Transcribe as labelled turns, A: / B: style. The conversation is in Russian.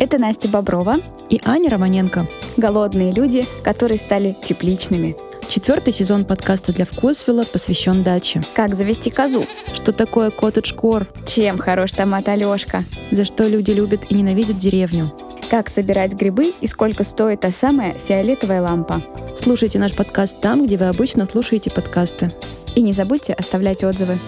A: Это Настя Боброва,
B: и Аня Романенко.
A: голодные люди, которые стали тепличными.
B: Четвертый сезон подкаста для вкусвилла посвящен даче.
A: Как завести козу?
B: Что такое коттедж-кор?
A: Чем хорош томат Алешка?
B: За что люди любят и ненавидят деревню?
A: Как собирать грибы и сколько стоит та самая фиолетовая лампа?
B: Слушайте наш подкаст там, где вы обычно слушаете подкасты.
A: И не забудьте оставлять отзывы.